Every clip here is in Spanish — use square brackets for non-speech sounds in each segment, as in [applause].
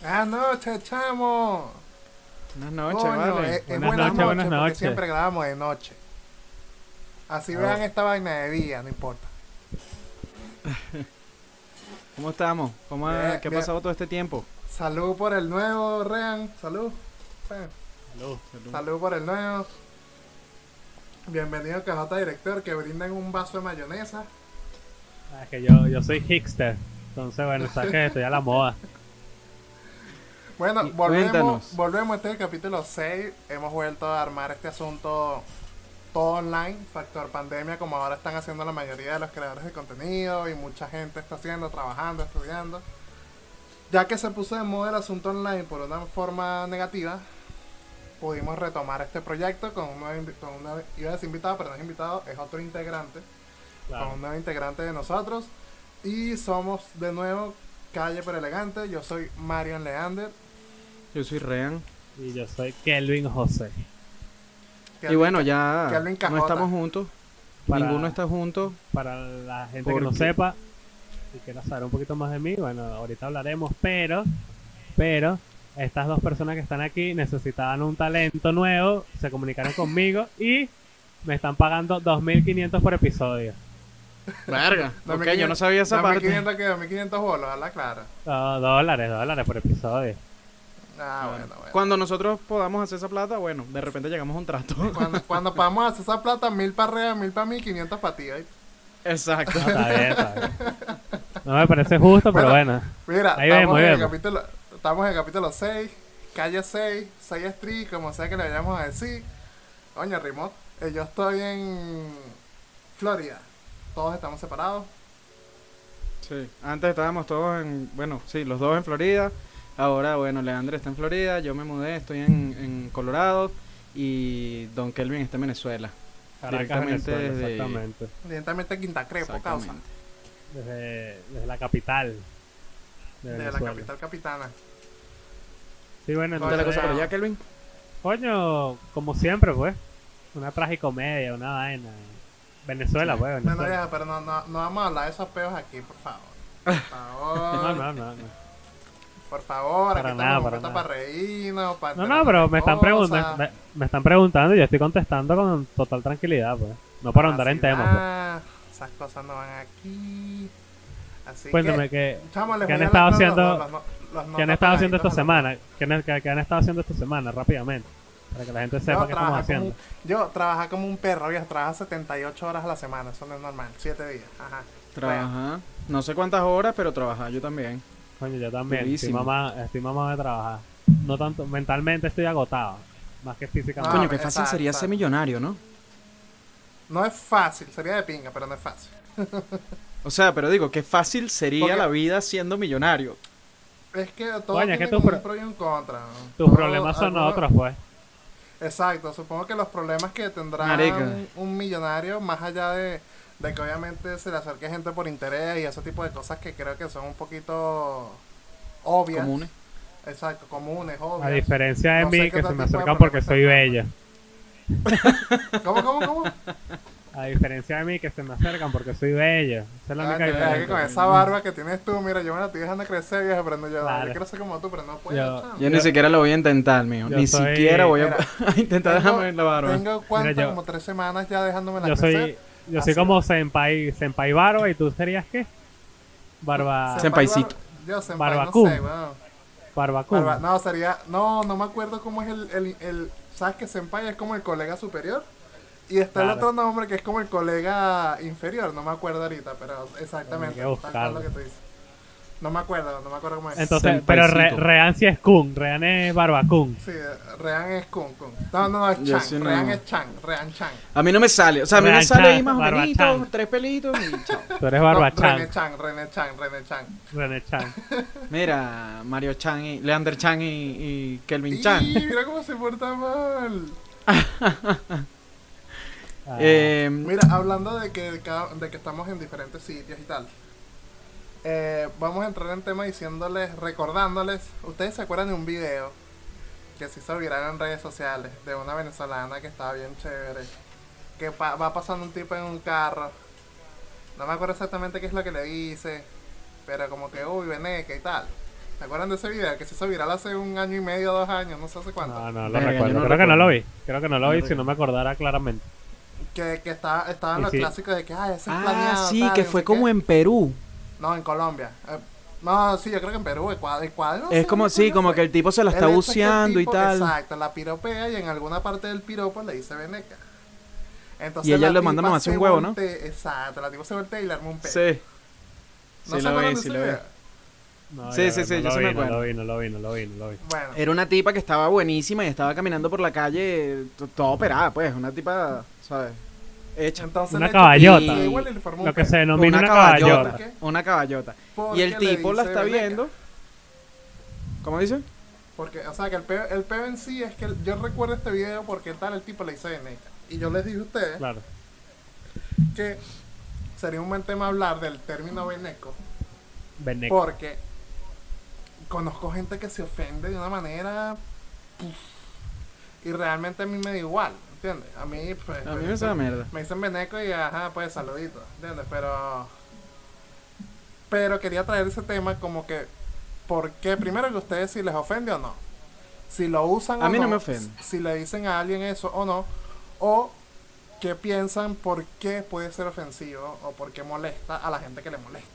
Buenas noches, chamo. Buenas noches, Ah, Coño, eh, vale. es, es Buenas buenas noches, noches, buenas porque noches. siempre grabamos de noche. Así Ah. vean esta vaina de día, no importa. ¿Cómo estamos? ¿Cómo ha- Bien, ¿Qué ha bien. pasado todo este tiempo? Salud por el nuevo, Rean. Salud. Rean. Salud. Salud por el nuevo. Bienvenido, Cajota Director, que brindan un vaso de mayonesa. Ah, es que yo, yo soy hipster. Entonces, bueno, sabes que estoy a la moda. Bueno, Y volvemos, cuéntanos. volvemos este es el capítulo 6. Hemos vuelto a armar este asunto todo online, factor pandemia, como ahora están haciendo la mayoría de los creadores de contenido y mucha gente está haciendo, trabajando, estudiando. Ya que se puso de moda el asunto online por una forma negativa, pudimos retomar este proyecto con un nuevo invi- con una, iba a decir invitado, pero no es invitado, es otro integrante con un Claro. nuevo integrante de nosotros. Y somos de nuevo Calle pero Elegante. Yo soy Marian Leander. Yo soy Rean. Y yo soy Kelvin José. y bueno, ya Kelvin no Cajota. estamos juntos. Para- Ninguno está junto. Para la gente que ¿Por no qué? sepa y quiera saber un poquito más de mí, bueno, ahorita hablaremos, pero, pero, estas dos personas que están aquí necesitaban un talento nuevo, se comunicaron conmigo y me están pagando 2.500 por episodio. Verga. ok, 2500 yo no sabía esa parte. 2500 que 2500 bolos, a la clara. No, dólares, dólares por episodio. Ah, bueno, bueno. Cuando nosotros podamos hacer esa plata, bueno, de repente llegamos a un trato. [laughs] Cuando, cuando pagamos hacer esa plata, mil para Rea, mil para mí, 500 para ti. ¿eh? [laughs] Exacto. No, está bien, está bien. No me parece justo, pero bueno. Mira, Ahí estamos, vemos, ahí en el vemos. capítulo, estamos en el capítulo 6, calle 6, 6 Street, como sea que le vayamos a decir. Oña, Rimot, eh, yo estoy en Florida. Todos estamos separados. Sí. Antes estábamos todos en, bueno, sí, los dos en Florida. Ahora, bueno, Leandro está en Florida, yo me mudé, estoy en, en Colorado y Don Kelvin está en Venezuela. Caracas, Directamente Venezuela, desde- exactamente. Directamente Quinta Crepo, causa. Exactamente. Desde, desde la capital. De, De la Venezuela. capital capitana. Sí, bueno, ¿Cómo está la cosa entonces- por allá, Kelvin? Coño, como siempre, pues. Una tragicomedia, una vaina. Venezuela, pues. No, no, Venezuela. ya, pero no, no, no vamos a hablar de esos peos aquí, por favor. [laughs] Por No, favor, no, no. No, por favor, Para aquí nada, estamos para para, nada. para reírnos, para no, enterarnos no, pero de me están, cosas, preguntando, me, me están preguntando y yo estoy contestando con total tranquilidad, pues. No para ahondar en vacilar, temas, pues. Esas cosas no van aquí. Así Cuéntame que, que... chamo, les Pues, ¿qué han voy a estado lanzar haciendo- los- los- los- los ¿Qué han no estado haciendo esta tocaditos a los- semana? ¿Qué, han- qué- qué han estado haciendo esta semana? Rápidamente. Para que la gente sepa Yo qué estamos trabajar como haciendo. un- Yo trabajar como un perro, yo trabajo 78 horas a la semana, eso no es normal, 7 días. Ajá. Trabaja. No sé cuántas horas, pero trabaja yo también. Coño, yo también. Estoy Durísimo. mamá, estoy mamá de trabajar. No tanto, mentalmente estoy agotado. Más que físicamente. Ah, Coño, qué fácil exacto, sería exacto. ser millonario, ¿no? No es fácil, sería de pinga, pero no es fácil. O sea, pero digo, qué fácil sería Porque- la vida siendo millonario. Es que todo Coño, es que tiene tu un pro- pro y un contra. ¿no? Tus Todo- problemas son alguno- otros, pues. Exacto, supongo que los problemas que tendrá Marica. un, un millonario, más allá de, de que obviamente se le acerque gente por interés y ese tipo de cosas que creo que son un poquito obvias. Comunes. Exacto, comunes, A obvias. diferencia de No sé mí, qué que se otro me tipo de acercan porque problemas soy tendrá, bello. ¿Cómo, cómo, cómo? A diferencia de mí, que se me acercan porque soy bello. Esa es la Ah, única que- que diferencia. con esa barba que tienes tú, mira, yo me la estoy dejando crecer, viejo, pero no, yo, Claro. yo quiero ser como tú, pero no puedo. Yo- chamo. Yo ni Yo- siquiera lo voy a intentar, mijo. Yo Ni soy- siquiera voy a, Mira, [laughs] a intentar tengo- dejarme la barba. Tengo cuánto, yo- como tres semanas ya dejándome la Yo soy, crecer. yo Así soy como senpai, senpai barba y tú serías qué? Barba, Senpai. Sempaicito. Barba- Yo, senpai, Barbacú. no sé, weón. barbacoa. Barba- no, sería. No, no me acuerdo cómo es el. el, el- ¿Sabes que Senpai es como el colega superior? Y está el Claro. otro nombre que es como el colega inferior. No me acuerdo ahorita, pero exactamente. Tengo que tal cual buscarlo. lo que tú dices. No me acuerdo, no me acuerdo cómo es. Entonces, pero Re- Senpaicito. Rean sí es Kun, Rean es barbacun. sí, Rean es Kun Kun. No, no, no, es Yo Chan. sí no. Rean es Chan. Rean Chan. A mí no me sale. O sea, a mí me Barba sale ahí chan, más o barba menos, chan. tres pelitos y chao. Tú eres No, barbachan, René Chan, René Chan, René Chan. René Chan. Mira, Mario Chan y Leander Chan y, y Kelvin Y Chan. mira cómo se porta mal. Ah, Eh, Mira, hablando de que, cada- de que estamos en diferentes sitios y tal, eh, vamos a entrar en tema diciéndoles, recordándoles, ustedes se acuerdan de un video que se hizo viral en redes sociales de una venezolana que estaba bien chévere, que pa- va pasando un tipo en un carro, no me acuerdo exactamente qué es lo que le dice, pero como que, uy, veneca y tal. ¿Te acuerdan de ese video que se hizo viral hace un año y medio, dos años, no sé hace cuánto? No, no lo Verga, yo recuerdo. no Creo que recuerdo. no lo vi. Creo que no lo No vi si recuerdo. no me acordara claramente. Que, que estaba, estaban Y los sí. clásicos de que, ah, ese es Ah, planeado. sí, tal, que no fue sé como qué. en Perú. No, en Colombia. Eh, no, sí, yo creo que en Perú, Ecuador. Ecuador no Es sé, como, no sí, coño como fue. que el tipo se la está El hecho es que el buceando y tipo- tal. Exacto, la piropea y en alguna parte del piropo le dice veneca. Entonces Y ella la le manda tipa nomás se un huevo, ¿no? voltea- Exacto, la tipa se voltea y le arma un pedo. Sí. ¿No Sí, se lo acuerdan vi, de sí, ese lo vi. video? No, Sí, sí, sí, yo no sí lo me vi, no acuerdo. lo vi, no lo vi, no lo vi, no lo vi. Bueno, Era una tipa que estaba buenísima y estaba caminando por la calle eh, t- toda operada, pues. Una tipa, ¿sabes? Hecha. entonces una le- caballota. le igual y le formó un Lo que pedo. se denomina una caballota. caballota. Una caballota. Porque Y el le tipo la dice está veneca. viendo. ¿Cómo dice? Porque, o sea, que el peo, el peo en sí es que el- yo recuerdo este video porque tal el tipo le dice veneca. Y yo les dije a ustedes Claro. que sería un buen tema hablar del término veneco. Veneco. Porque conozco gente que se ofende de una manera. puf, y realmente a mí me da igual, ¿entiendes? A mí, pues. A mí me sabe a mierda. me dicen veneco y ajá, pues saludito, ¿entiendes? Pero. Pero quería traer ese tema como que. Porque primero que ustedes si les ofende o no. Si lo usan A o mí no no. me ofende. Si le dicen a alguien eso o no. O qué piensan por qué puede ser ofensivo o por qué molesta a la gente que le molesta.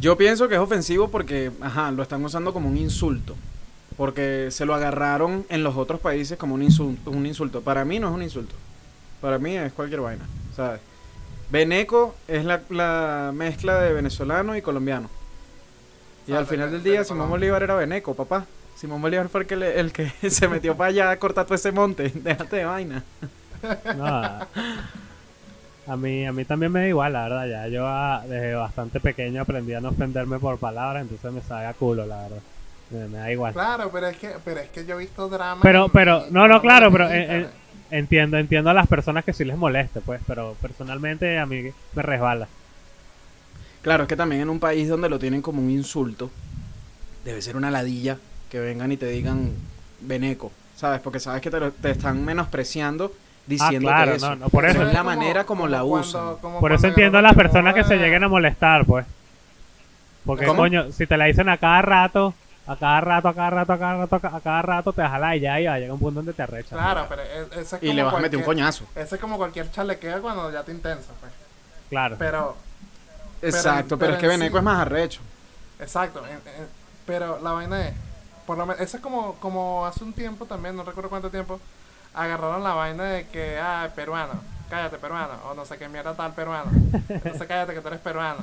Yo pienso que es ofensivo porque, ajá, lo están usando como un insulto. Porque se lo agarraron en los otros países como un insulto. Un insulto. Para mí no es un insulto. Para mí es cualquier vaina, ¿sabes? Veneco es la, la mezcla de venezolano y colombiano. Y Ah, al de- final de- del día de Simón Colombia. Bolívar era veneco, papá. Simón Bolívar fue el que, le- el que [laughs] se metió para allá a cortar todo ese monte. [laughs] Déjate de vaina. No, a mí, a mí también me da igual, la verdad. Ya yo ah, desde bastante pequeño aprendí a no ofenderme por palabras, entonces me sabe a culo, la verdad. Me, me da igual. Claro, pero es que, pero es que yo he visto dramas. Pero, en- pero, en- no, en no, claro, pero Dominicana. eh, eh, entiendo, entiendo a las personas que sí les moleste, pues, pero personalmente a mí me resbala. Claro, es que también en un país donde lo tienen como un insulto, debe ser una ladilla que vengan y te digan veneco, ¿sabes? Porque sabes que te, lo- te están menospreciando diciendo claro, eso. no, no, por Pero eso- es la manera como, la usan. Por eso entiendo a las personas que se lleguen a molestar, pues. Porque, ¿Cómo? coño, si te la dicen a cada rato, a cada rato, a cada rato, a cada rato, a ca- a cada rato, te jala y ya y va a llegar un punto donde te [laughs] arrechas. Claro, pero e- ese es Y como le vas a meter un cualquier- coñazo. Ese es como cualquier chalequeo cuando ya te intensa, pues. Claro. Pero, Exacto, pero pero, es que en veneco sí- es más arrecho. exacto. en- en- pero la vaina es. Por lo menos, eso es como, como hace un tiempo también, no recuerdo cuánto tiempo, agarraron la vaina de que, ah, peruano, cállate, peruano, o no sé qué mierda tal peruano, entonces cállate que tú eres peruano.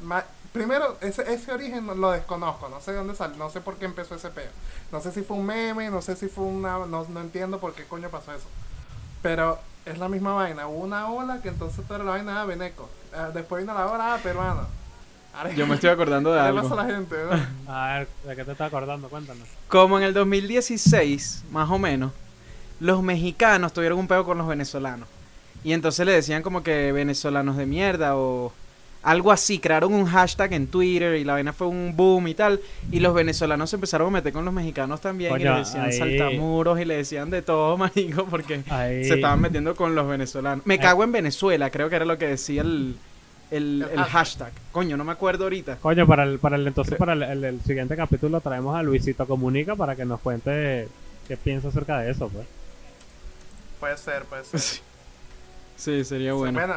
Ma- primero, ese, ese origen no- lo desconozco, no sé de dónde salió, no sé por qué empezó ese peo. No sé si fue un meme, no sé si fue una... No, no entiendo por qué coño pasó eso. Pero es la misma vaina, hubo una ola que entonces tú eres la vaina, ah, veneco. Ah, después vino la ola, ah, peruano. Ahora- [laughs] Yo me estoy acordando [laughs] de ¿Qué le pasa a algo. la gente? [laughs] ¿no? A ver, ¿de qué te estás acordando? Cuéntanos. Como en el 2016, más o menos, los mexicanos tuvieron un peo con los venezolanos. Y entonces le decían como que venezolanos de mierda o algo así. Crearon un hashtag en Twitter y la vaina fue un boom y tal. Y los venezolanos se empezaron a meter con los mexicanos también. y Coño, le decían ahí. saltamuros y le decían de todo, [laughs] marico, porque Ahí. se estaban metiendo con los venezolanos. Me Ahí. cago en Venezuela, creo que era lo que decía el, El el, el hashtag. hashtag. Coño, no me acuerdo ahorita. [laughs] Coño, para el, para el entonces, para el, el- el siguiente capítulo traemos a Luisito Comunica para que nos cuente qué piensa acerca de eso, pues. Puede ser, puede ser. Sí, sería Sí, bueno. Bueno,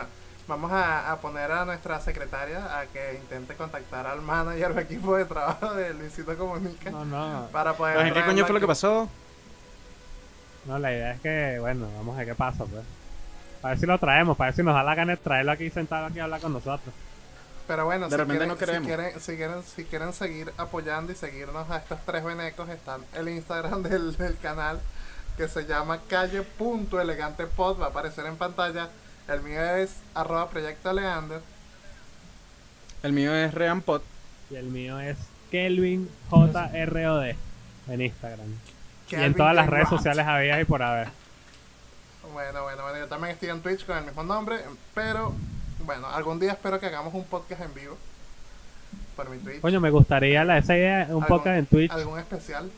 vamos a, a poner a nuestra secretaria a que intente contactar al manager o equipo de trabajo de Luisito Comunica No, no. para poder. Pues, ¿Qué coño traerlo fue lo que aquí. pasó? No, la idea es que, bueno, vamos a ver qué pasa, pues. A ver si lo traemos, para ver si nos da la gana de traerlo aquí sentado aquí a hablar con nosotros. Pero bueno, De si repente quieren, no si queremos. quieren- si, quieren, si quieren seguir apoyando y seguirnos a estos tres venecos, están el Instagram [laughs] del, del canal que se llama calle.elegantepod. Va a aparecer en pantalla. El mío es arroba proyecto Leander. El mío es Reampot. Y el mío es Kelvin JROD en Instagram. y en Kelvin todas las J. redes Rock. sociales había y por haber. Bueno, bueno, bueno, yo también estoy en Twitch con el mismo nombre, pero bueno, algún día espero que hagamos un podcast en vivo por mi Twitch. Coño, me gustaría la, esa idea, un Algún- podcast en Twitch. Algún especial.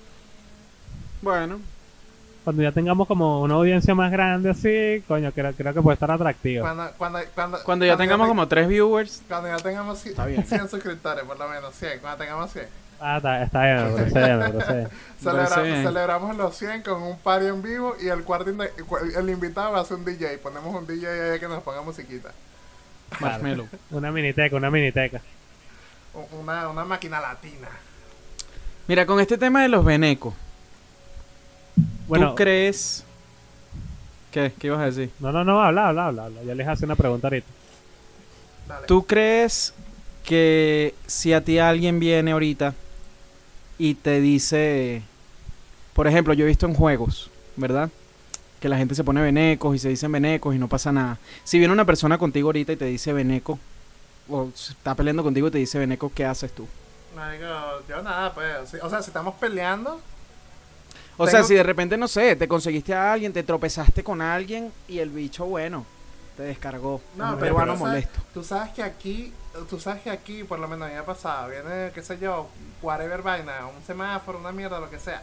Bueno, cuando ya tengamos como una audiencia más grande así, coño, creo, creo que puede estar atractivo. Cuando, cuando, cuando, Cuando ya tengamos te- como tres viewers, Cuando ya tengamos cien- Está bien. 100 suscriptores, por lo menos 100. Cuando tengamos 100. Ah, está, está bien, me parece bien, [laughs] me parece bien. Celebra- parece bien. celebramos los 100 con un party en vivo y el cuarto inde- el invitado va a ser un DJ. Ponemos un DJ ahí que nos ponga musiquita. Marshmallow. Una miniteca, una miniteca. Un- Una, una máquina latina. Mira, con este tema de los venecos, Bueno, ¿tú crees. ¿Qué? ¿Qué ibas a decir? no, no, no, habla, habla, habla, habla. Yo les hago una pregunta ahorita. Dale. ¿Tú crees que si a ti alguien viene ahorita y te dice, por ejemplo, yo he visto en juegos, ¿verdad? Que la gente se pone venecos y se dicen venecos y no pasa nada. Si viene una persona contigo ahorita y te dice veneco, o se está peleando contigo y te dice veneco, ¿qué haces tú? Marico, yo nada, pues. sí, O sea, si estamos peleando, O sea, Tengo- si de repente, no sé, te conseguiste a alguien, te tropezaste con alguien y el bicho, bueno, te descargó. No, un pero peruano tú sabes- molesto. tú sabes que aquí, tú sabes que aquí, por lo menos a mí me ha pasado, viene, qué sé yo, whatever vaina, un semáforo, una mierda, lo que sea.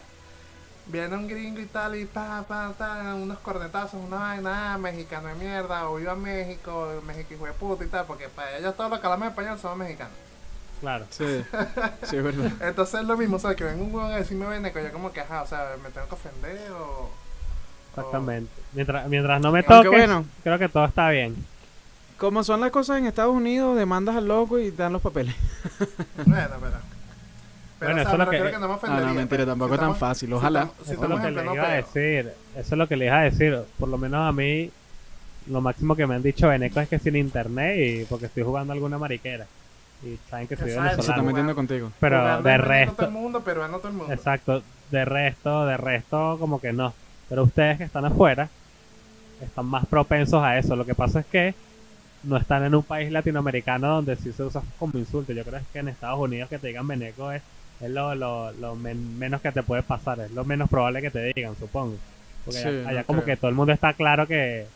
Viene un gringo y tal, y pa, pa, tal, unos cornetazos, una vaina, ah, mexicano de mierda, o viva México, México hijo de puta y tal, porque para ellos todos los que hablamos español somos mexicanos. Claro. Sí, sí, es verdad. Entonces es lo mismo, o sea, que venga un huevón a decirme veneco, yo como que, ajá, o sea, me tengo que ofender o... Exactamente. Oh. Mientras, mientras no me Aunque toques, bueno. creo que todo está bien. [laughs] Como son las cosas en Estados Unidos, demandas al loco y te dan los papeles. o- bueno, pero... Pero, Bueno, o sea, eso es me lo que- refiero que no me Ah, ofendería. no, mentira, pero tampoco si es tan estamos- fácil. si Ojalá. estamos- si Eso es estamos lo en que les pleno iba a peo. decir. Eso es lo que les iba a decir. Por lo menos a mí, lo máximo que me han dicho Beneco es que sin internet y porque estoy jugando alguna mariquera. Y saben que Exacto. [laughs] se soy está Solano. venezolano. metiendo contigo. Pero Jugando de en Veneco todo el resto, mundo, peruano todo el mundo. exacto. De resto, de resto, como que no. Pero ustedes que están afuera, están más propensos a eso. Lo que pasa es que no están en un país latinoamericano donde sí se usa como insulto. Yo creo que en Estados Unidos que te digan veneco es, es lo, lo- lo men- menos que te puede pasar, es lo menos probable que te digan, supongo. Porque Sí, allá, allá no como creo. que todo el mundo está claro que...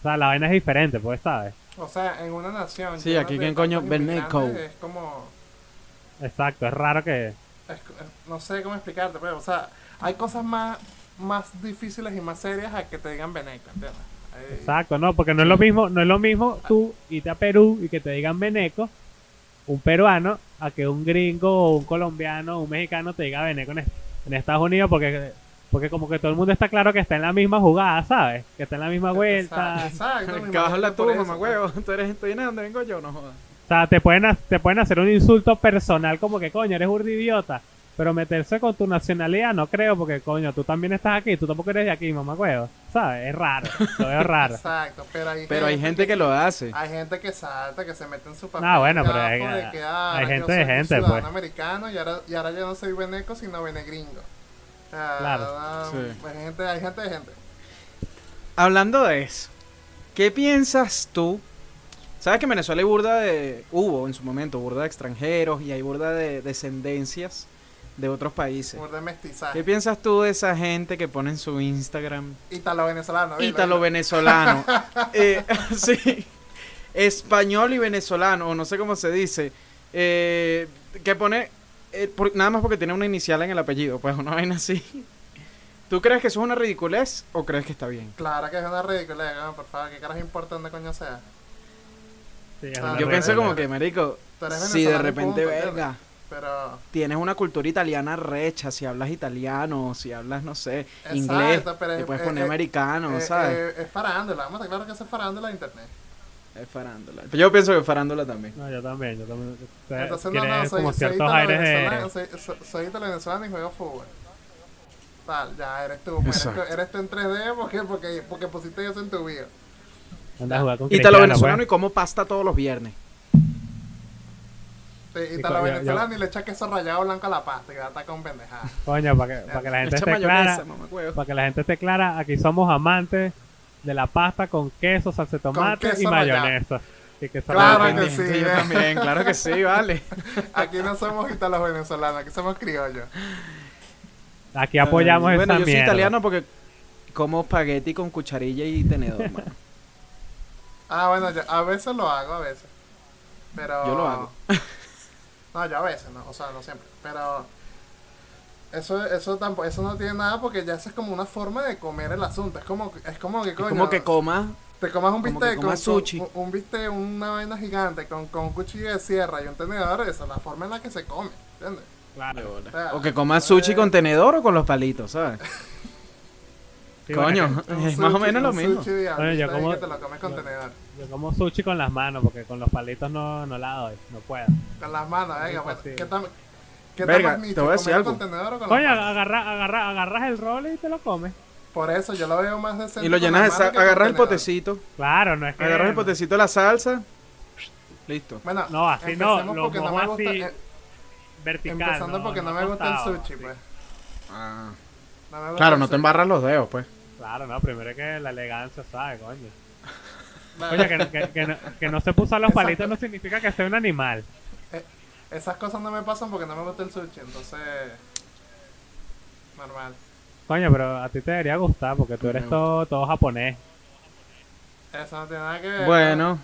O sea, la vaina es diferente, pues, ¿sabes? O sea, en una nación. Sí, llena aquí, de ¿quién coño? tantos inmigrantes, Veneco. Es como. Exacto, es raro que... es- no sé cómo explicarte, pero, o sea, hay cosas más, más difíciles y más serias a que te digan Veneco, ¿entiendes? Ahí- Exacto, no, porque no es lo mismo, no es lo mismo tú irte a Perú y que te digan veneco, un peruano, a que un gringo o un colombiano o un mexicano te diga veneco en, es- en Estados Unidos, porque porque como que todo el mundo está claro que está en la misma jugada, ¿sabes? Que está en la misma [laughs] vuelta. Exacto. mi Que madre, la tú, por eso, mamá huevo. [laughs] Tú eres estoy llenando, vengo yo, no jodas. O sea, te pueden, ha- te pueden hacer un insulto personal como que, coño, eres un idiota. Pero meterse con tu nacionalidad no creo, porque, coño, tú también estás aquí, tú tampoco eres de aquí, mamá huevo. ¿Sabes? Es raro, lo veo [laughs] raro. Exacto, pero hay Pero hay gente que lo hace. Hay gente que salta, que se mete en su papel. Ah, bueno, pero debajo hay- de que, ah, hay ahora gente yo soy de un gente, ciudadano pues. americano y ahora, y ahora yo no soy veneco, sino venegringo. Ah, Claro. Sí. hay, gente, hay gente de gente. Hablando de eso, ¿qué piensas tú? Sabes que en Venezuela hay burda de. Hubo en su momento burda de extranjeros y hay burda de descendencias de otros países. Burda de ¿Qué mestizaje. piensas tú de esa gente que pone en su Instagram Ítalo venezolano. dilo, ítalo dilo. [laughs] venezolano. Eh, [laughs] sí. Español y venezolano, o no sé cómo se dice. Eh, que pone. eh, por- nada más porque tiene una inicial en el apellido, pues una vaina así. ¿Tú crees que eso es una ridiculez o crees que está bien? Claro que es una ridícula, ¿no? por favor, ¿qué caras importa dónde coño sea? Sí, es Ah, una no, Yo no, pienso no, como no. que, marico, Tú eres si de venezolano, repente, punto, ¿entiendes? verga, Pero, tienes una cultura italiana recha, si hablas italiano, si hablas, no sé, Exacto, inglés, pero te es- puedes eh, poner eh, americano, eh, ¿sabes? eh, es farándula, vamos a estar claro que eso es farándula de internet. es Eh, farándula. Yo pienso que es farándula también. No, yo también, yo también. Ustedes Entonces, no, tienen no, soy, como soy ciertos aires italo-venezolano, de... soy, so- soy italo-venezolano y juego fútbol. Tal, ya, eres tú, pues, eres tú, Exacto. eres tú en 3D porque, porque, porque pusiste eso en tu video. Anda a jugar con Italo Cristiano, venezolano y pues. como pasta todos los viernes. Te- Y Italo-venezolano y le echas queso rallado blanco a la pasta y ya está con pendejada. Coño, para que, [laughs] para que la gente Echa esté mayonesa, clara, mamacuevo. para que la gente esté clara, aquí somos amantes de la pasta con queso, salsa de tomate queso y rallado. mayonesa. Y queso Claro rallado. que sí, Yo eh. también, claro que sí, [laughs] vale. Aquí no somos italo-venezolanos, aquí somos criollos. Aquí apoyamos Bueno, esta yo soy mierda. italiano porque como espagueti con cucharilla y tenedor, mano. [laughs] Ah, bueno, yo a veces lo hago, a veces. Pero... [laughs] Yo lo hago. No, yo a veces, no, o sea, no siempre. Pero... Eso, eso, tampoco, eso no tiene nada porque ya eso es como una forma de comer el asunto. Es como, es como que Es coño. como que comas te comas un como bistec que comas con, con- sushi. un- un bistec, una vaina gigante con, con un cuchillo de sierra y un tenedor, esa es la forma en la que se come, ¿entiendes? Claro. O sea, O que comas sushi con tenedor o con los palitos, ¿sabes? Sí, Coño, bueno, un [laughs] es más o sushi- menos lo un mismo. sushi de Oye, yo bistec como- que te lo comes con yo- tenedor. Yo como sushi con las manos porque con los palitos no, no la doy, no puedo. Con las manos, venga, Rico, bueno, sí. ¿qué tam- qué tan Verga, más nicho, te voy a decir comer algo. con tenedor o con las Coño, manos? agarra, agarra, agarras el rol y te lo comes. Por eso yo lo veo más decente. Y lo con llenas de las manos sal. que con Agarras el tenedor. potecito. Claro, no es que. Agarras el potecito de la salsa. Listo. Bueno, No, así no, empecemos lo porque no me mojo gusta. así, eh, Vertical. empezando porque no, me gusta tostado, el sushi, sí. pues. Ah. No me gusta Claro, el no te sushi. embarras los dedos, pues. Claro, no, primero es que la elegancia, ¿sabes, coño? Vale. Coño, que, que- que no, que no se puso los palitos no significa que sea un animal. eh, Esas cosas no me pasan porque no me gusta el sushi, entonces. Normal. Coño, pero a ti te debería gustar porque tú eres Me todo, todo japonés. Eso no tiene nada Eh, que ver. Bueno.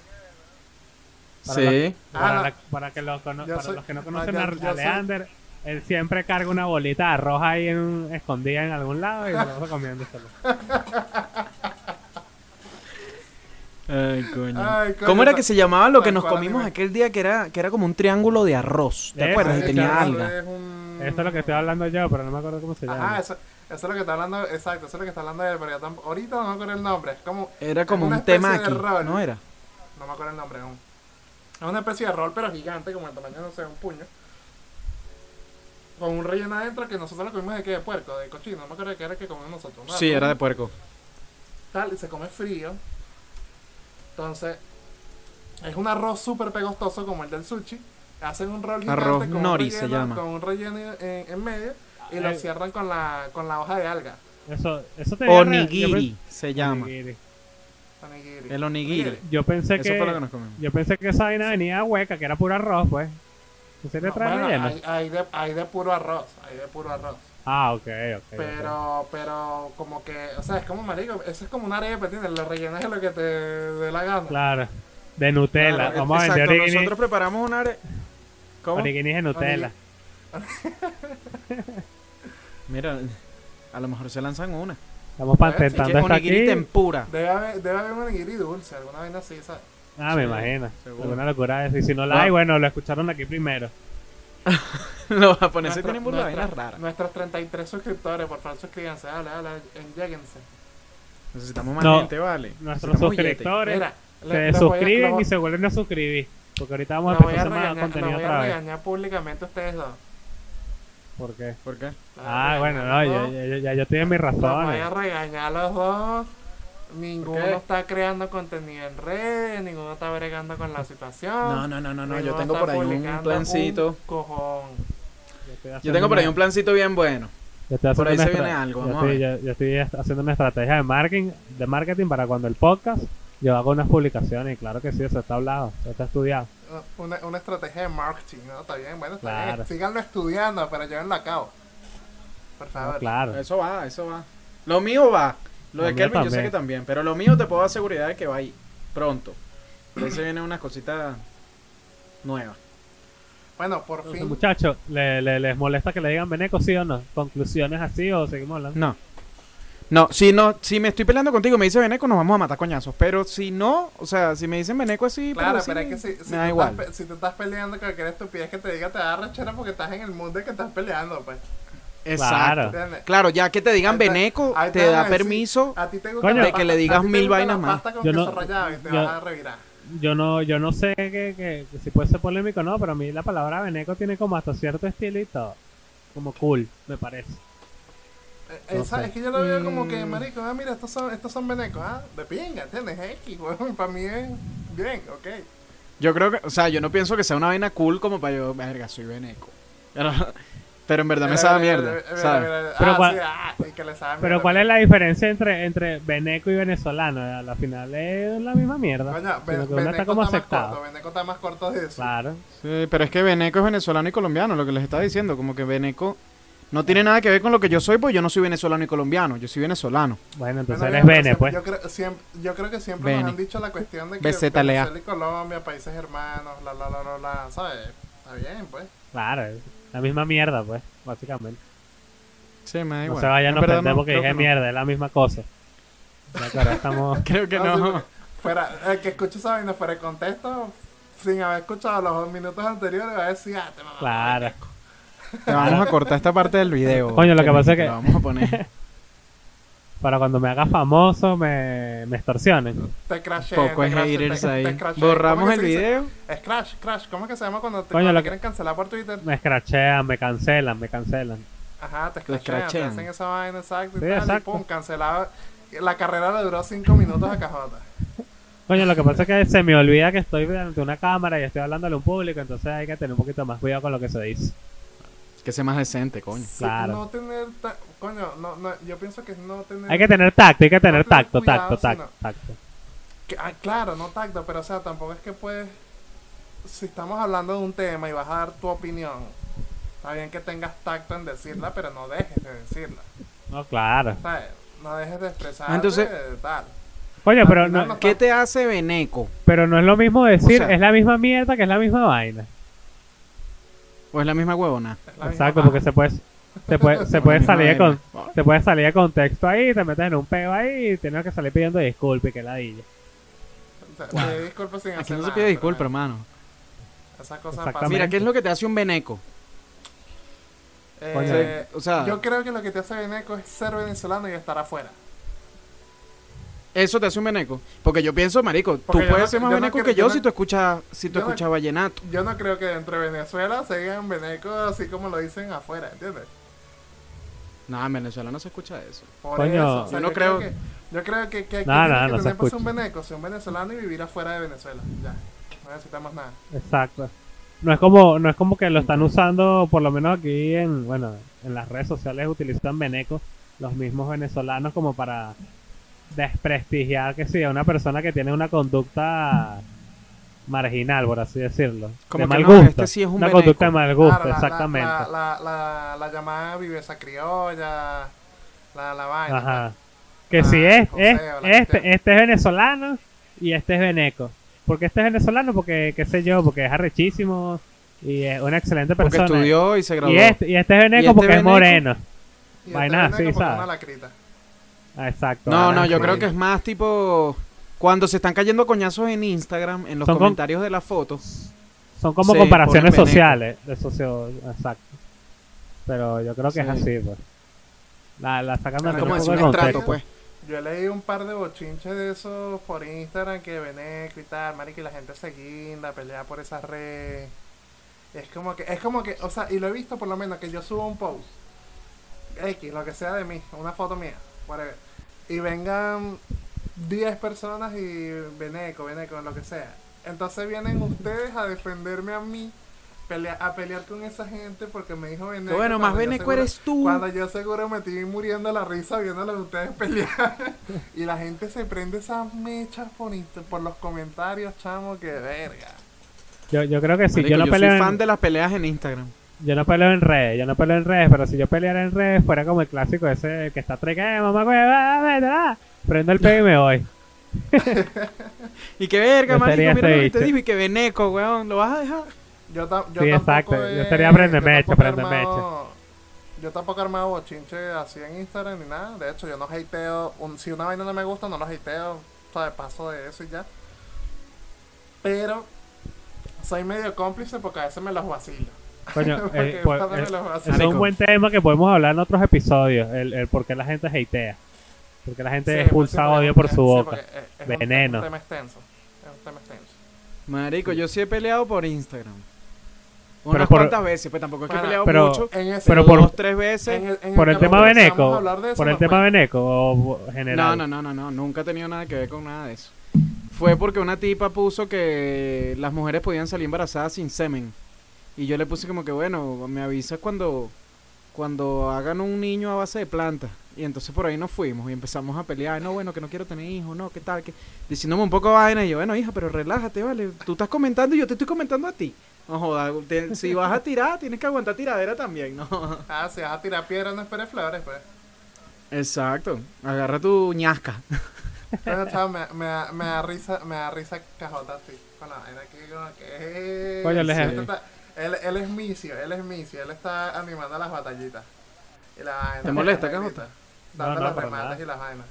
Para Sí. Ah, para, no. la- para que los, cono- Yo para soy- los que no no, conocen yo- a, yo a soy- Leander, él siempre carga una bolita de arroz ahí en un- escondida en algún lado y luego [laughs] comiéndoselo. Ay, coño. Ay, coño, ¿Cómo era ta- que se llamaba lo que tal nos cual, comimos animal. aquel día que era, que era como un triángulo de arroz? ¿Te Eso, acuerdas? Y sí, tenía claro, eh, alga. Es un... Esto es lo que estoy hablando yo, pero no me acuerdo cómo se llama. Ajá, eso, eso es lo que está hablando, exacto, eso es lo que está hablando él, pero yo tampoco, ahorita no me acuerdo el nombre, es como, Era como una un especie tema de aquí, rol. ¿no era? no me acuerdo el nombre aún. Es una especie de rol, pero gigante, como el tamaño, no sé, un puño. Con un relleno adentro que nosotros lo comimos de qué, de puerco, de cochino, no me acuerdo de qué era que comimos nosotros. ¿no? Sí, era de puerco. Tal, y se come frío. Entonces, es un arroz súper pegostoso como el del sushi. Hacen un rol gigante Arroz con, un nori se relleno- llama. con un relleno en, en medio y lo Eh. cierran con la, con la hoja de alga. Eso, eso tenía re- yo Onigiri se pens- llama. pues, Onigiri. Onigiri. El onigiri. Yo pensé Eso que, fue lo que nos comimos. yo pensé que esa vaina venía hueca, que era puro arroz, pues. ¿En serio No, trae bueno, relleno? hay, hay de, hay de puro arroz, hay de puro arroz. Ah, ok, ok. ok. Pero, pero como que, o sea, es como marico, eso es como una arepa, ¿entiendes? Lo rellenas de lo que te dé la gana. Claro. De Nutella. Claro, Vamos a vender exacto, origini, Nosotros preparamos un are... ¿Cómo? originis de Nutella. Mira, a lo mejor se lanzan una. Estamos Pues, patentando Tanto esta onigiri [laughs] aquí. tempura. Debe haber, debe haber un onigiri dulce, alguna vaina así, ¿sabes? Ah, me Sí, imagino. seguro. Alguna locura es. Y si no la Ah. hay, bueno, lo escucharon aquí primero. Los japoneses Nuestra- tienen burla de nuestra- vainas raras. Nuestros 33 suscriptores, por favor, suscríbanse, dale, dale, enlléguense. Necesitamos más No. gente, vale. Nuestros Necesitamos billete. suscriptores Mira, se le- los voy a- suscriben los- y se vuelven a suscribir. Porque ahorita vamos los a voy a empezar más regañar, los contenido voy a otra vez. regañar públicamente a ustedes dos. ¿Por qué? ¿Por qué? Los voy a Ah, bueno, no, regañar yo, a los dos. yo, yo- ya yo estoy en mis Los voy a razones. regañar a los dos. Ninguno ¿Por qué? está creando contenido en redes, ninguno está bregando con la situación. No, no, no, no, no. Yo ninguno tengo está por ahí un publicando plancito. cojón. Yo estoy Yo haciendo tengo por ahí una- un plancito bien bueno. yo estoy por ahí haciendo se una viene estra- algo, Yo vamos a estoy, yo- yo estoy est- haciendo una estrategia de marketing, de marketing para cuando el podcast yo hago unas publicaciones. Y claro que sí, eso está hablado, eso está estudiado. Una, una estrategia de marketing, ¿no? Está bien, bueno, está Claro. bien. Síganlo estudiando, pero llévenlo a cabo. Por favor. Claro. Eso va, eso va. Lo mío va. Lo, Lo de mío Kelvin yo sé también. que también. Pero lo mío te puedo dar seguridad de que va ahí. Pronto. De ahí se vienen unas cositas nuevas. Bueno, por Entonces, fin. muchachos, ¿le, le, les molesta que le digan Beneco sí o no? ¿Conclusiones así o seguimos hablando? No. No, si no, si me estoy peleando contigo y me dice Veneco, nos vamos a matar coñazos. Pero si no, o sea, si me dicen Veneco así, Claro, así, pero es que si, si me da tú igual. Estás, pe- si te estás peleando con cualquier estupidez que te diga, te da rechera porque estás en el mundo en que estás peleando, pues. Exacto. Claro. ¿Entiendes? Claro, ya que te digan Ahí está- Veneco, ahí te van da a decir, permiso. a ti te gusta Coño, la de que le pasta- digas a ti te mil gusta vainas la más. pasta con Yo queso no- rallado y te yo- vas a revirar. Yo no yo no sé que, que- que si puede ser polémico o no, pero a mí la palabra Beneco tiene como hasta cierto estilo y todo. Como cool, me parece. Eh, No esa- sé. Es que yo lo veo como que, Mm. marico, ah, mira, estos son, estos son venecos, ah, de pinga, ¿entiendes? X, weón, para mí es bien, ok. Yo creo que, o sea, yo no pienso que sea una vaina cool como para yo, verga, soy Veneco. Pero, pero en verdad me Mira, sabe a mira, mierda, mira, Eh, mira, ¿sabes? mira, mira, Pero ah, cuál- sí, ah, y que le sabe a Pero mierda. ¿cuál es la diferencia entre entre Beneco y venezolano? A la final es la misma mierda. Coño, sino Ven- que uno Veneco está está como más aceptado. corto, Veneco está más corto de eso. Claro. Sí, pero es que Veneco es venezolano y colombiano, lo que les estaba diciendo, como que Veneco no tiene nada que ver con lo que yo soy, pues yo no soy venezolano y colombiano, yo soy venezolano. Bueno, entonces Bueno, yo él es creo- Bene, pues. Yo creo, siempre, yo creo que siempre nos Bene. han dicho la cuestión de que Besétalea. Venezuela y Colombia, países hermanos, la, la, la, la, la, ¿sabes? Está bien, pues. Claro, es la misma mierda, pues, básicamente. Sí, me da No igual. se vayan a ofender perdemos, porque creo dije que no. mierda, es la misma cosa. Ya que ahora estamos. [laughs] Creo que No, Ah, sí, [laughs] no. porque Fuera, el que escuche esa vaina fuera de contexto, sin haber escuchado los dos minutos anteriores, va a decir, ah, te mamá. Claro. Te vamos a cortar esta parte del video. [laughs] Coño, lo que Kevin, pasa es te que- lo vamos [laughs] a poner. [laughs] Para cuando me haga famoso, me, me extorsionen. Te crashé. Poco te es crashé, haters te- te ahí. crashé. ¿Cómo Borramos que el se dice? video. Es crash, crash. ¿Cómo es que se llama cuando te, Coño, cuando lo te que- quieren cancelar por Twitter? Me escrachean, me cancelan, me cancelan. Ajá, te Te escrachean, te escrachean. hacen esa vaina, exacto. Y, Sí, tal, y exacto. pum, cancelaba. La carrera le duró 5 minutos a Cajota. Coño, lo que pasa es que se me olvida que estoy delante de una cámara y estoy hablándole a un público, entonces hay que tener un poquito más cuidado con lo que se dice. Que sea más decente, coño. Sí, Claro. No tener. ta- Coño, no, no, yo pienso que es no tener. Hay que tener tacto, hay que tener No tener tacto, cuidado, tacto, tacto, sino- tacto. que- ah, claro, no tacto, pero o sea, tampoco es que puedes. Si estamos hablando de un tema y vas a dar tu opinión, está bien que tengas tacto en decirla, pero no dejes de decirla. No, claro. ¿sabes? No dejes de expresar. Ah, entonces- tal. Coño, pero final no, nos- ¿Qué te hace Beneco? pero no es lo mismo decir, O sea- es la misma mierda que es la misma vaina. O es la misma huevona. Es la misma Exacto, vaina. porque se puede, se puede, se O [laughs] puede la misma salir de vaina. con, te puedes salir de contexto ahí, te metes en un peo ahí y tienes que salir pidiendo disculpas y que la O sea, pide disculpas sin Aquí hacer no se nada, pide pero disculpas, bueno, hermano. Esas cosas Exactamente. pasan. Mira, ¿qué es lo que te hace un Beneco? Eh, O sea, o sea, yo creo que lo que te hace Beneco es ser venezolano y estar afuera. eso te hace un Beneco. Porque yo pienso, marico, tú Porque yo puedes no- ser más yo no Beneco creo- que yo yo no- si tú escuchas, si tú yo no- escuchas vallenato. Yo no creo que dentro de Venezuela se digan Beneco así como lo dicen afuera, ¿entiendes? No, en Venezuela no se escucha eso. Por Coño. eso, o sea, Yo no yo creo- que, yo creo que, que, que Nada, tiene nada, que no se tener para ser un escucha. Beneco, ser un venezolano y vivir afuera de Venezuela. Ya, no necesitamos nada. Exacto. No es como, no es como que lo están usando, por lo menos aquí en, bueno, en las redes sociales utilizan Beneco, los mismos venezolanos como para desprestigiar que sí, a una persona que tiene una conducta marginal, por así decirlo. Como de que mal no, gusto. este sí es un una Beneco. conducta de mal gusto, Claro, la- la- exactamente. La, la, la, la llamada viveza criolla, la, la vaina. Ajá. pues. Que Ah, si es, José es o la cuestión. este, este es venezolano y este es veneco. Porque este es venezolano porque, qué sé yo, porque es arrechísimo y es una excelente Porque persona. estudió y se graduó. y, este, y este es veneco este porque veneco- es moreno. Y el Vaina Beneco así, porque ¿sabes? una lacrita. Ah, Exacto. No, Ah, no, yo sí. creo que es más tipo cuando se están cayendo coñazos en Instagram, en los Son con- comentarios de las fotos. Son como se comparaciones ponen veneco. sociales. De socio... Exacto. Pero yo creo que es Sí. así, pues. La, la sacan Claro, de Como un es poco un de estrato, contexto. pues. Yo leí un par de bochinches de esos por Instagram que Beneco y tal, marico, y la gente se guinda, pelea por esa red. Es como que, es como que, o sea, y lo he visto por lo menos que yo subo un post, X, lo que sea de mí, una foto mía, whatever, y vengan 10 personas y Beneco, Beneco, lo que sea. Entonces vienen ustedes a defenderme a mí, pelea- a pelear con esa gente porque me dijo Beneco. bueno, más cuando yo Beneco seguro- eres tú. cuando yo seguro me estoy muriendo la risa viéndolo a ustedes pelear. [laughs] y la gente se prende esas mechas por, inst- por los comentarios, chamo, que verga. Yo, yo creo que sí. Marico, yo no yo soy peleo en- fan de las peleas en Instagram. Yo no peleo en redes, yo no peleo en redes, pero si yo peleara en redes fuera como el clásico ese que está treca, mamá, güey, va, vete, va". prendo el pego y me voy. Y que verga, Yo marico, sería mira este lo que te bicho. digo y que veneco, weón, lo vas a dejar. Yo, ta- yo tampoco Sí, exacto. he- Yo estaría prende yo tampoco mecha, he prende armado- Yo tampoco he armado bochinche así en Instagram ni nada. De hecho, yo no hateo. un- si una vaina no me gusta, no lo hateo. O sea, paso de eso y ya. Pero soy medio cómplice porque a veces me los vacilo. [laughs] Coño, Porque eh, pues, pásame eh, los ese es vacilos. un buen tema que podemos hablar en otros episodios, el, el por qué la gente hatea, por qué la gente Sí, expulsa sí, porque- odio por sí, su boca. porque eh, es- es un- Veneno. Es un tema extenso. Es un tema extenso. Marico, yo sí he peleado por Instagram. Pero Unas por- cuantas veces, pues tampoco es que he Bueno, peleado pero- mucho. En ese- Pero Pero por- dos, tres veces. en el- en por capítulo el tema que vamos a veneco, hablar de eso, pues. por el nos tema cuenta. veneco o general. No, no, no, no, no, nunca he tenido nada que ver con nada de eso. Fue porque una tipa puso que las mujeres podían salir embarazadas sin semen. Y yo le puse como que, bueno, me avisas cuando, cuando hagan un niño a base de plantas. Y entonces por ahí nos fuimos y empezamos a pelear. No, bueno, que no quiero tener hijos, no, qué tal, que... Diciéndome un poco de vaina. Y yo, bueno, hija, pero relájate, vale. Tú estás comentando y yo te estoy comentando a ti. No jodas, te- si vas a tirar, tienes que aguantar tiradera también, ¿no? Ah, si vas a tirar piedra, no esperes flores, pues. Exacto. Agarra tu ñasca. Bueno, chao, me, me, da- me da risa, me da risa cajota así. Con la vaina aquí, como que. "Eh, Coño, el Sí, ejemplo. está- Él, él es misio, él es misio, él está animando las batallitas. y la vaina. ¿Te molesta, la Cajota? negrita, Dando No, no, los para remates nada. y las vainas.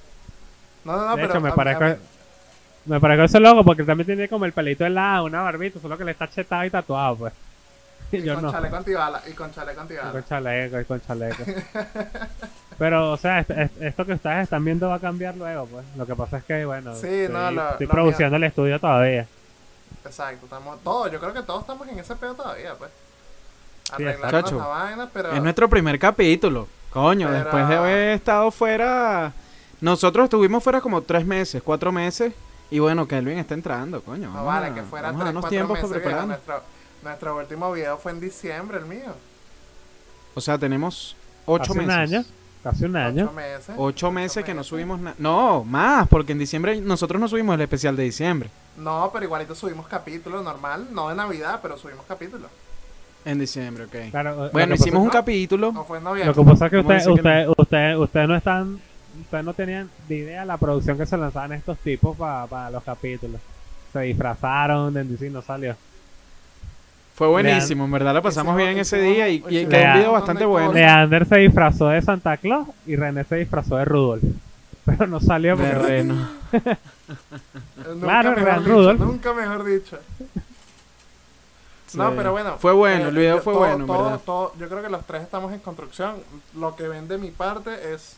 No, no, no, de Ah, pero. hecho, me a- parece me parece ese loco porque él también tiene como el pelito helado, una barbita, solo que le está chetado y tatuado, pues. [laughs] a- Y y [laughs] yo con no. chaleco antibala. Y con chaleco Y Con antibala. chaleco, y con [laughs] chaleco. Pero, o sea, est- est- esto que ustedes están viendo va a cambiar luego, pues. Lo que pasa es que, bueno, Sí, estoy, no, lo- estoy lo produciendo el estudio todavía. Exacto. Estamos, todos, yo creo que todos estamos en ese pedo todavía, pues. Chacho, Arreglando la vaina, pero. Es nuestro primer capítulo. Coño, Pero- después de haber estado fuera. Nosotros estuvimos fuera como tres meses, cuatro meses. Y bueno, Kelvin está entrando, coño. No vamos vale, a- que fuera vamos a tres, darnos cuatro tiempos meses. para viejo. prepararnos. nuestro, nuestro último video fue en diciembre, el mío. O sea, tenemos ocho Hace un meses. año. Casi Ah, un Ocho año. meses. Ocho meses que no meses. subimos nada. No, más, porque en diciembre nosotros no subimos el especial de diciembre. No, pero igualito subimos capítulo normal. No de Navidad, pero subimos capítulo. En diciembre, ok. Claro, lo Bueno, que pasa- hicimos un ¿no? No capítulo. fue en Lo noviembre. que pasa es que ¿Cómo ustedes dice que ustedes ustedes ustedes no están ustedes no tenían de idea la producción que se lanzaban estos tipos para los capítulos. Se disfrazaron, de DC no salió. Fue buenísimo, en verdad la pasamos Hicimos- bien ese hicimos- día y, y hicimos quedó un video un montón de bastante cosas. bueno. Leander se disfrazó de Santa Claus y René se disfrazó de Rudolf. [laughs] Pero no salió De [laughs] porque reno. Eh, nunca Claro, mejor Real dicho, Rudolph. Nunca mejor dicho. No, Sí. pero bueno. Fue bueno, eh, el video yo- fue todo- bueno, en todo- verdad. todo- yo creo que los tres estamos en construcción. Lo que ven de mi parte es.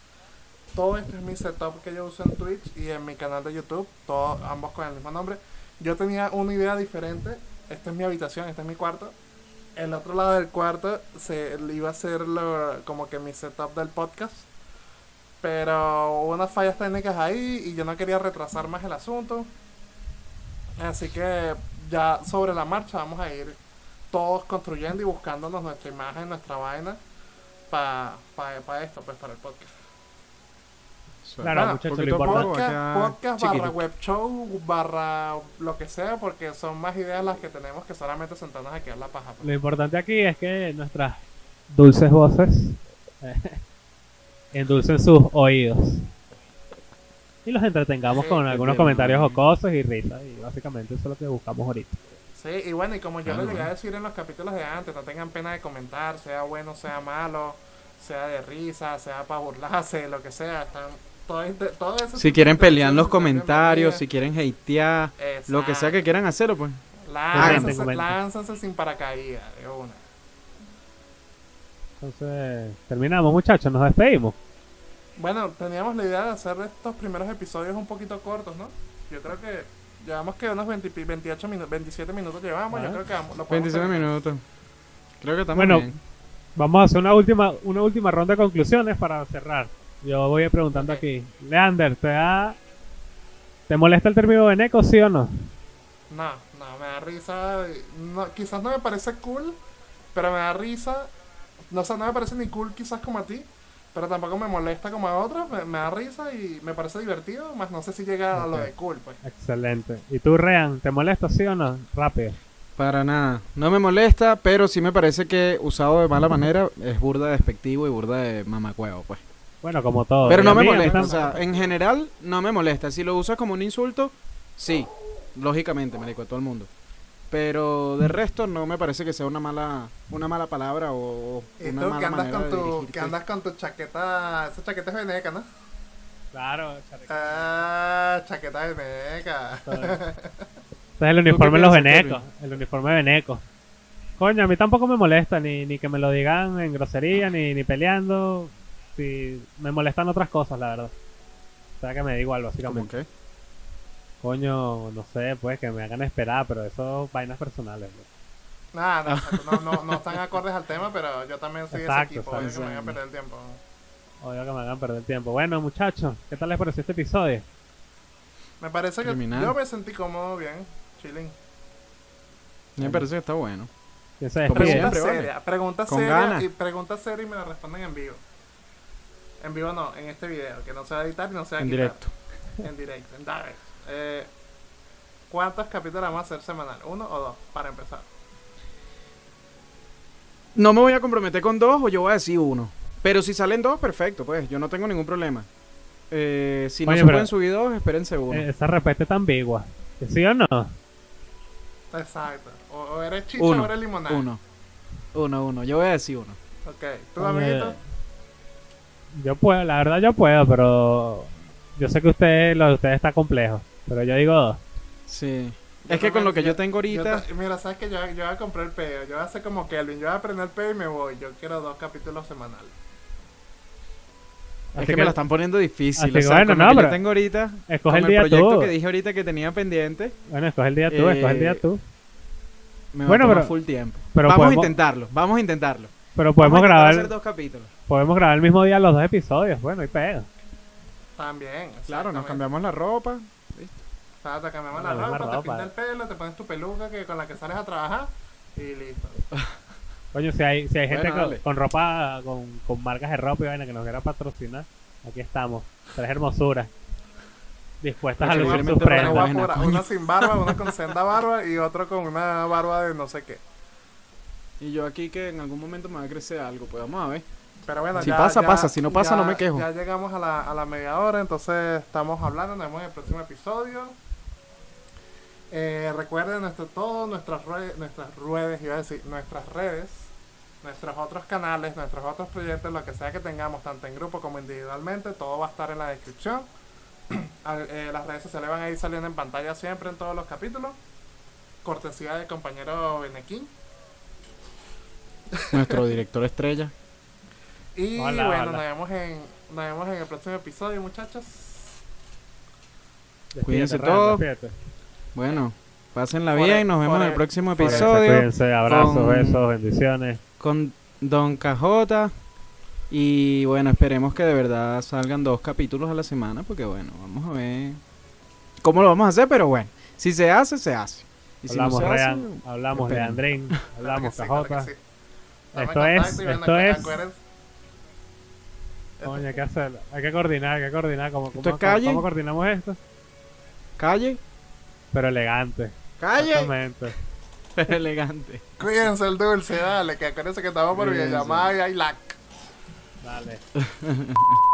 Todo este es mi setup que yo uso en Twitch y en mi canal de YouTube. Todos, ambos con el mismo nombre. Yo tenía una idea diferente. Esta es mi habitación, este es mi cuarto. El otro lado del cuarto se le iba a ser lo- como que mi setup del podcast. Pero hubo unas fallas técnicas ahí y yo no quería retrasar más el asunto. Así que ya sobre la marcha vamos a ir todos construyendo y buscándonos nuestra imagen, nuestra vaina para esto, pues para el podcast. Claro, Bueno, muchachos, lo poquito a poco importante. acá, Podcast, podcast barra ah, chiquito. web show, barra lo que sea, porque son más ideas las que tenemos que solamente sentarnos aquí a la paja. pues. Lo importante aquí es que nuestras dulces voces eh, [laughs] endulcen sus oídos. Y los entretengamos Sí, con qué algunos tierno, comentarios ¿no? jocosos y risas. Y básicamente eso es lo que buscamos ahorita. Sí, y bueno, y como yo Claro, lo llegué a bueno. decir en los capítulos de antes, no tengan pena de comentar, sea bueno, sea malo, sea de risa, sea para burlarse, lo que sea, están todo, este- todo eso. Si quieren pelear en los comentarios, si quieren hatear, lo que sea que quieran hacerlo, pues. Comenten, Lánzanse, comenten. lánzanse sin paracaídas, de una. Entonces, terminamos, muchachos. Nos despedimos. Bueno, teníamos la idea de hacer estos primeros episodios un poquito cortos, ¿no? Yo creo que llevamos que unos 20 y- 28 minutos, 27 minutos llevamos, Ah. yo creo que vamos, lo podemos 27 terminar. minutos. Creo que estamos Bueno, bien. Vamos a hacer una última, una última ronda de conclusiones para cerrar. Yo voy preguntando Ok. aquí. Leander, ¿te da... ¿Te molesta el término veneco, sí o no? No, no, me da risa. No, quizás no me parece cool, pero me da risa. No sé, no me parece ni cool quizás como a ti, pero tampoco me molesta como a otros. Me, me da risa y me parece divertido, más no sé si llega a lo Ok. de cool, pues. Excelente. ¿Y tú, Rean, te molesta, sí o no? Rápido. Para nada. No me molesta, pero sí me parece que usado de mala manera es burda de despectivo y burda de mamacuevo, pues. Bueno, como todo. Pero Y no a me mí, a mí molesta, o tampoco. sea, en general no me molesta. Si lo usas como un insulto, sí, lógicamente, marico, a todo el mundo. Pero de resto no me parece que sea una mala una mala palabra o o Y una tú que mala andas manera con de tu, dirigirte. que andas con tu chaqueta, esa chaqueta es veneca, ¿no? Claro, charreco. Ah, chaqueta veneca. [laughs] Este es el qué uniforme de los piensas, venecos. El uniforme de veneco. Coño, a mí tampoco me molesta ni, ni que me lo digan en grosería, ni, ni peleando. Si me molestan otras cosas, la verdad. O sea que me da igual, ¿Cómo básicamente. qué? Coño, no sé, pues que me hagan esperar, pero eso vainas personales. ¿no? Nah, no, exacto, no, no, no están acordes al tema, pero yo también soy Exacto, ese equipo, obvio que exacto. me voy a perder el tiempo. Odio que me hagan perder tiempo. Bueno, muchachos, ¿qué tal les pareció este episodio? Me parece que Criminal. yo me sentí cómodo bien, chilling. Me parece que está bueno. ¿Quién se Como despide? Pregunta siempre, vale. seria, pregunta Con seria ganas. y pregunta seria y me la responden en vivo. En vivo no, en este video, que no se va a editar y no se va a En quitar. directo. En directo, en direct. Eh, ¿Cuántos capítulos vamos a hacer semanal? ¿Uno o dos? Para empezar. No me voy a comprometer con dos o yo voy a decir uno. Pero si salen dos, perfecto, pues yo no tengo ningún problema. Eh, si no Oye, se pero- pueden subir dos, espérense uno. Eh, Esa respuesta es tan ambigua. ¿Sí o no? Exacto. O, o eres chicha Uno, o eres limonada. uno. Uno, uno. Yo voy a decir uno. Ok. ¿Tú, amiguito? Yo puedo, la verdad yo puedo, pero yo sé que usted, lo de ustedes está complejo. Pero yo digo dos. Sí. Yo es que con también- lo que yo, yo- tengo ahorita. Yo ta- mira, sabes que yo, yo voy a comprar el peo. Yo voy a hacer como Kelvin. Yo voy a aprender el peo y me voy. Yo quiero dos capítulos semanales. es Así que, que- me la están poniendo difícil. así o que sea, bueno, con lo no, que yo pero- tengo ahorita. Escoge el con día el proyecto tú. que dije ahorita que tenía pendiente. Bueno, escoge el día tú, escoge el día Eh, tú. Me Bueno, va a tomar pero- full tiempo. pero vamos podemos- a intentarlo. Vamos a intentarlo. Pero Vamos podemos a intentar grabar, hacer dos capítulos. podemos grabar el mismo día los dos episodios. Bueno, y pedo. También. Claro, nos exactamente. cambiamos la ropa. O sea, te cambiamos la Nos cambiamos ropa, la te ropa. pintas el pelo, te pones tu peluca que con la que sales a trabajar y listo. Coño, si hay, si hay gente Bueno, con- dale. con, ropa, con, con marcas de ropa y vaina que nos quiera patrocinar, aquí estamos. Tres hermosuras. Dispuestas a lucir sus Una Posiblemente Prenda, prendas. vaina, guapura, coño. una sin barba, una con senda barba y otro con una barba de no sé qué. Y yo aquí que en algún momento me va a crecer algo. Pues vamos a ver. Pero bueno, Si ya- pasa, ya- pasa. Si no pasa, ya- no me quejo. Ya llegamos a la, a la media hora, entonces estamos hablando. Nos vemos en el próximo episodio. Eh, recuerden nuestro, todo, nuestras redes, nuestras redes, iba a decir, nuestras redes, nuestros otros canales, nuestros otros proyectos, lo que sea que tengamos, tanto en grupo como individualmente, todo va a estar en la descripción. [clears throat] Al- eh, las redes sociales van a ir saliendo en pantalla siempre en todos los capítulos. Cortesía del compañero Benequín. Nuestro director estrella. Y Hola, bueno, hola. Nos, vemos en, nos vemos en el próximo episodio, muchachos. Despídete, Cuídense Randall, todos. despídete. Bueno, pásenla Fore- bien. Nos vemos en el fore- próximo fore- episodio Cuídense, abrazos, con- besos, bendiciones. con Don Cajota. Y bueno, esperemos que de verdad salgan dos capítulos a la semana. Porque bueno, vamos a ver cómo lo vamos a hacer. Pero bueno, si se hace, se hace. Y si no hablamos se hace, Rean, hablamos de esperen. [laughs] Andrín, Claro hablamos que Cajota. sí, claro que sí. Esto Tomen es- contacto y bueno, esto es- acuérdense- Coño, hay que hacerlo. Hay que coordinar, hay que coordinar. ¿Cómo, cómo, es cómo- calle? cómo coordinamos esto? Calle, Pero elegante. calle. Exactamente. Pero [laughs] elegante. Cuídense el dulce, dale, que acuérdense que estamos por Cuídense. videollamada y hay lag. Dale.